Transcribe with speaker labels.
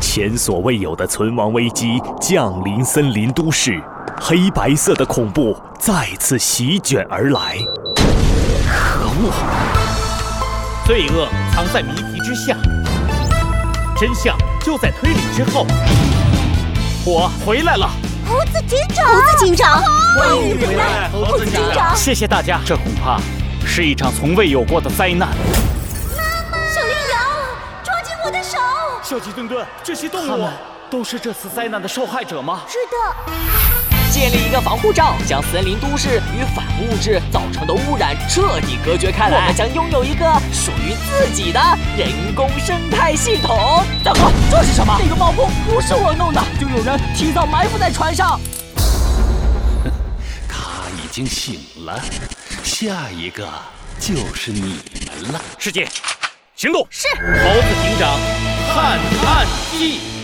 Speaker 1: 前所未有的存亡危机降临森林都市，黑白色的恐怖再次席卷而来。可恶！
Speaker 2: 罪恶藏在谜题之下，真相就在推理之后。我回来了，
Speaker 3: 猴子警长，哦猴子警长，
Speaker 4: 欢迎回来，猴子警长。
Speaker 2: 谢谢大家。这恐怕是一场从未有过的灾难。
Speaker 3: 小羚羊，抓紧我的手！
Speaker 2: 小鸡墩墩，这些动物都是这次灾难的受害者吗？
Speaker 3: 是的，
Speaker 4: 建立一个防护罩，将森林都市与反物质造成的污染彻底隔绝开来。我们将拥有一个属于自己的人工生态系统。大哥，这是什么？那个爆破不是我弄的，就有人提早埋伏在船上。
Speaker 5: 他已经醒了，下一个就是你们了。
Speaker 2: 师姐，行动！是猴子警长，探案记。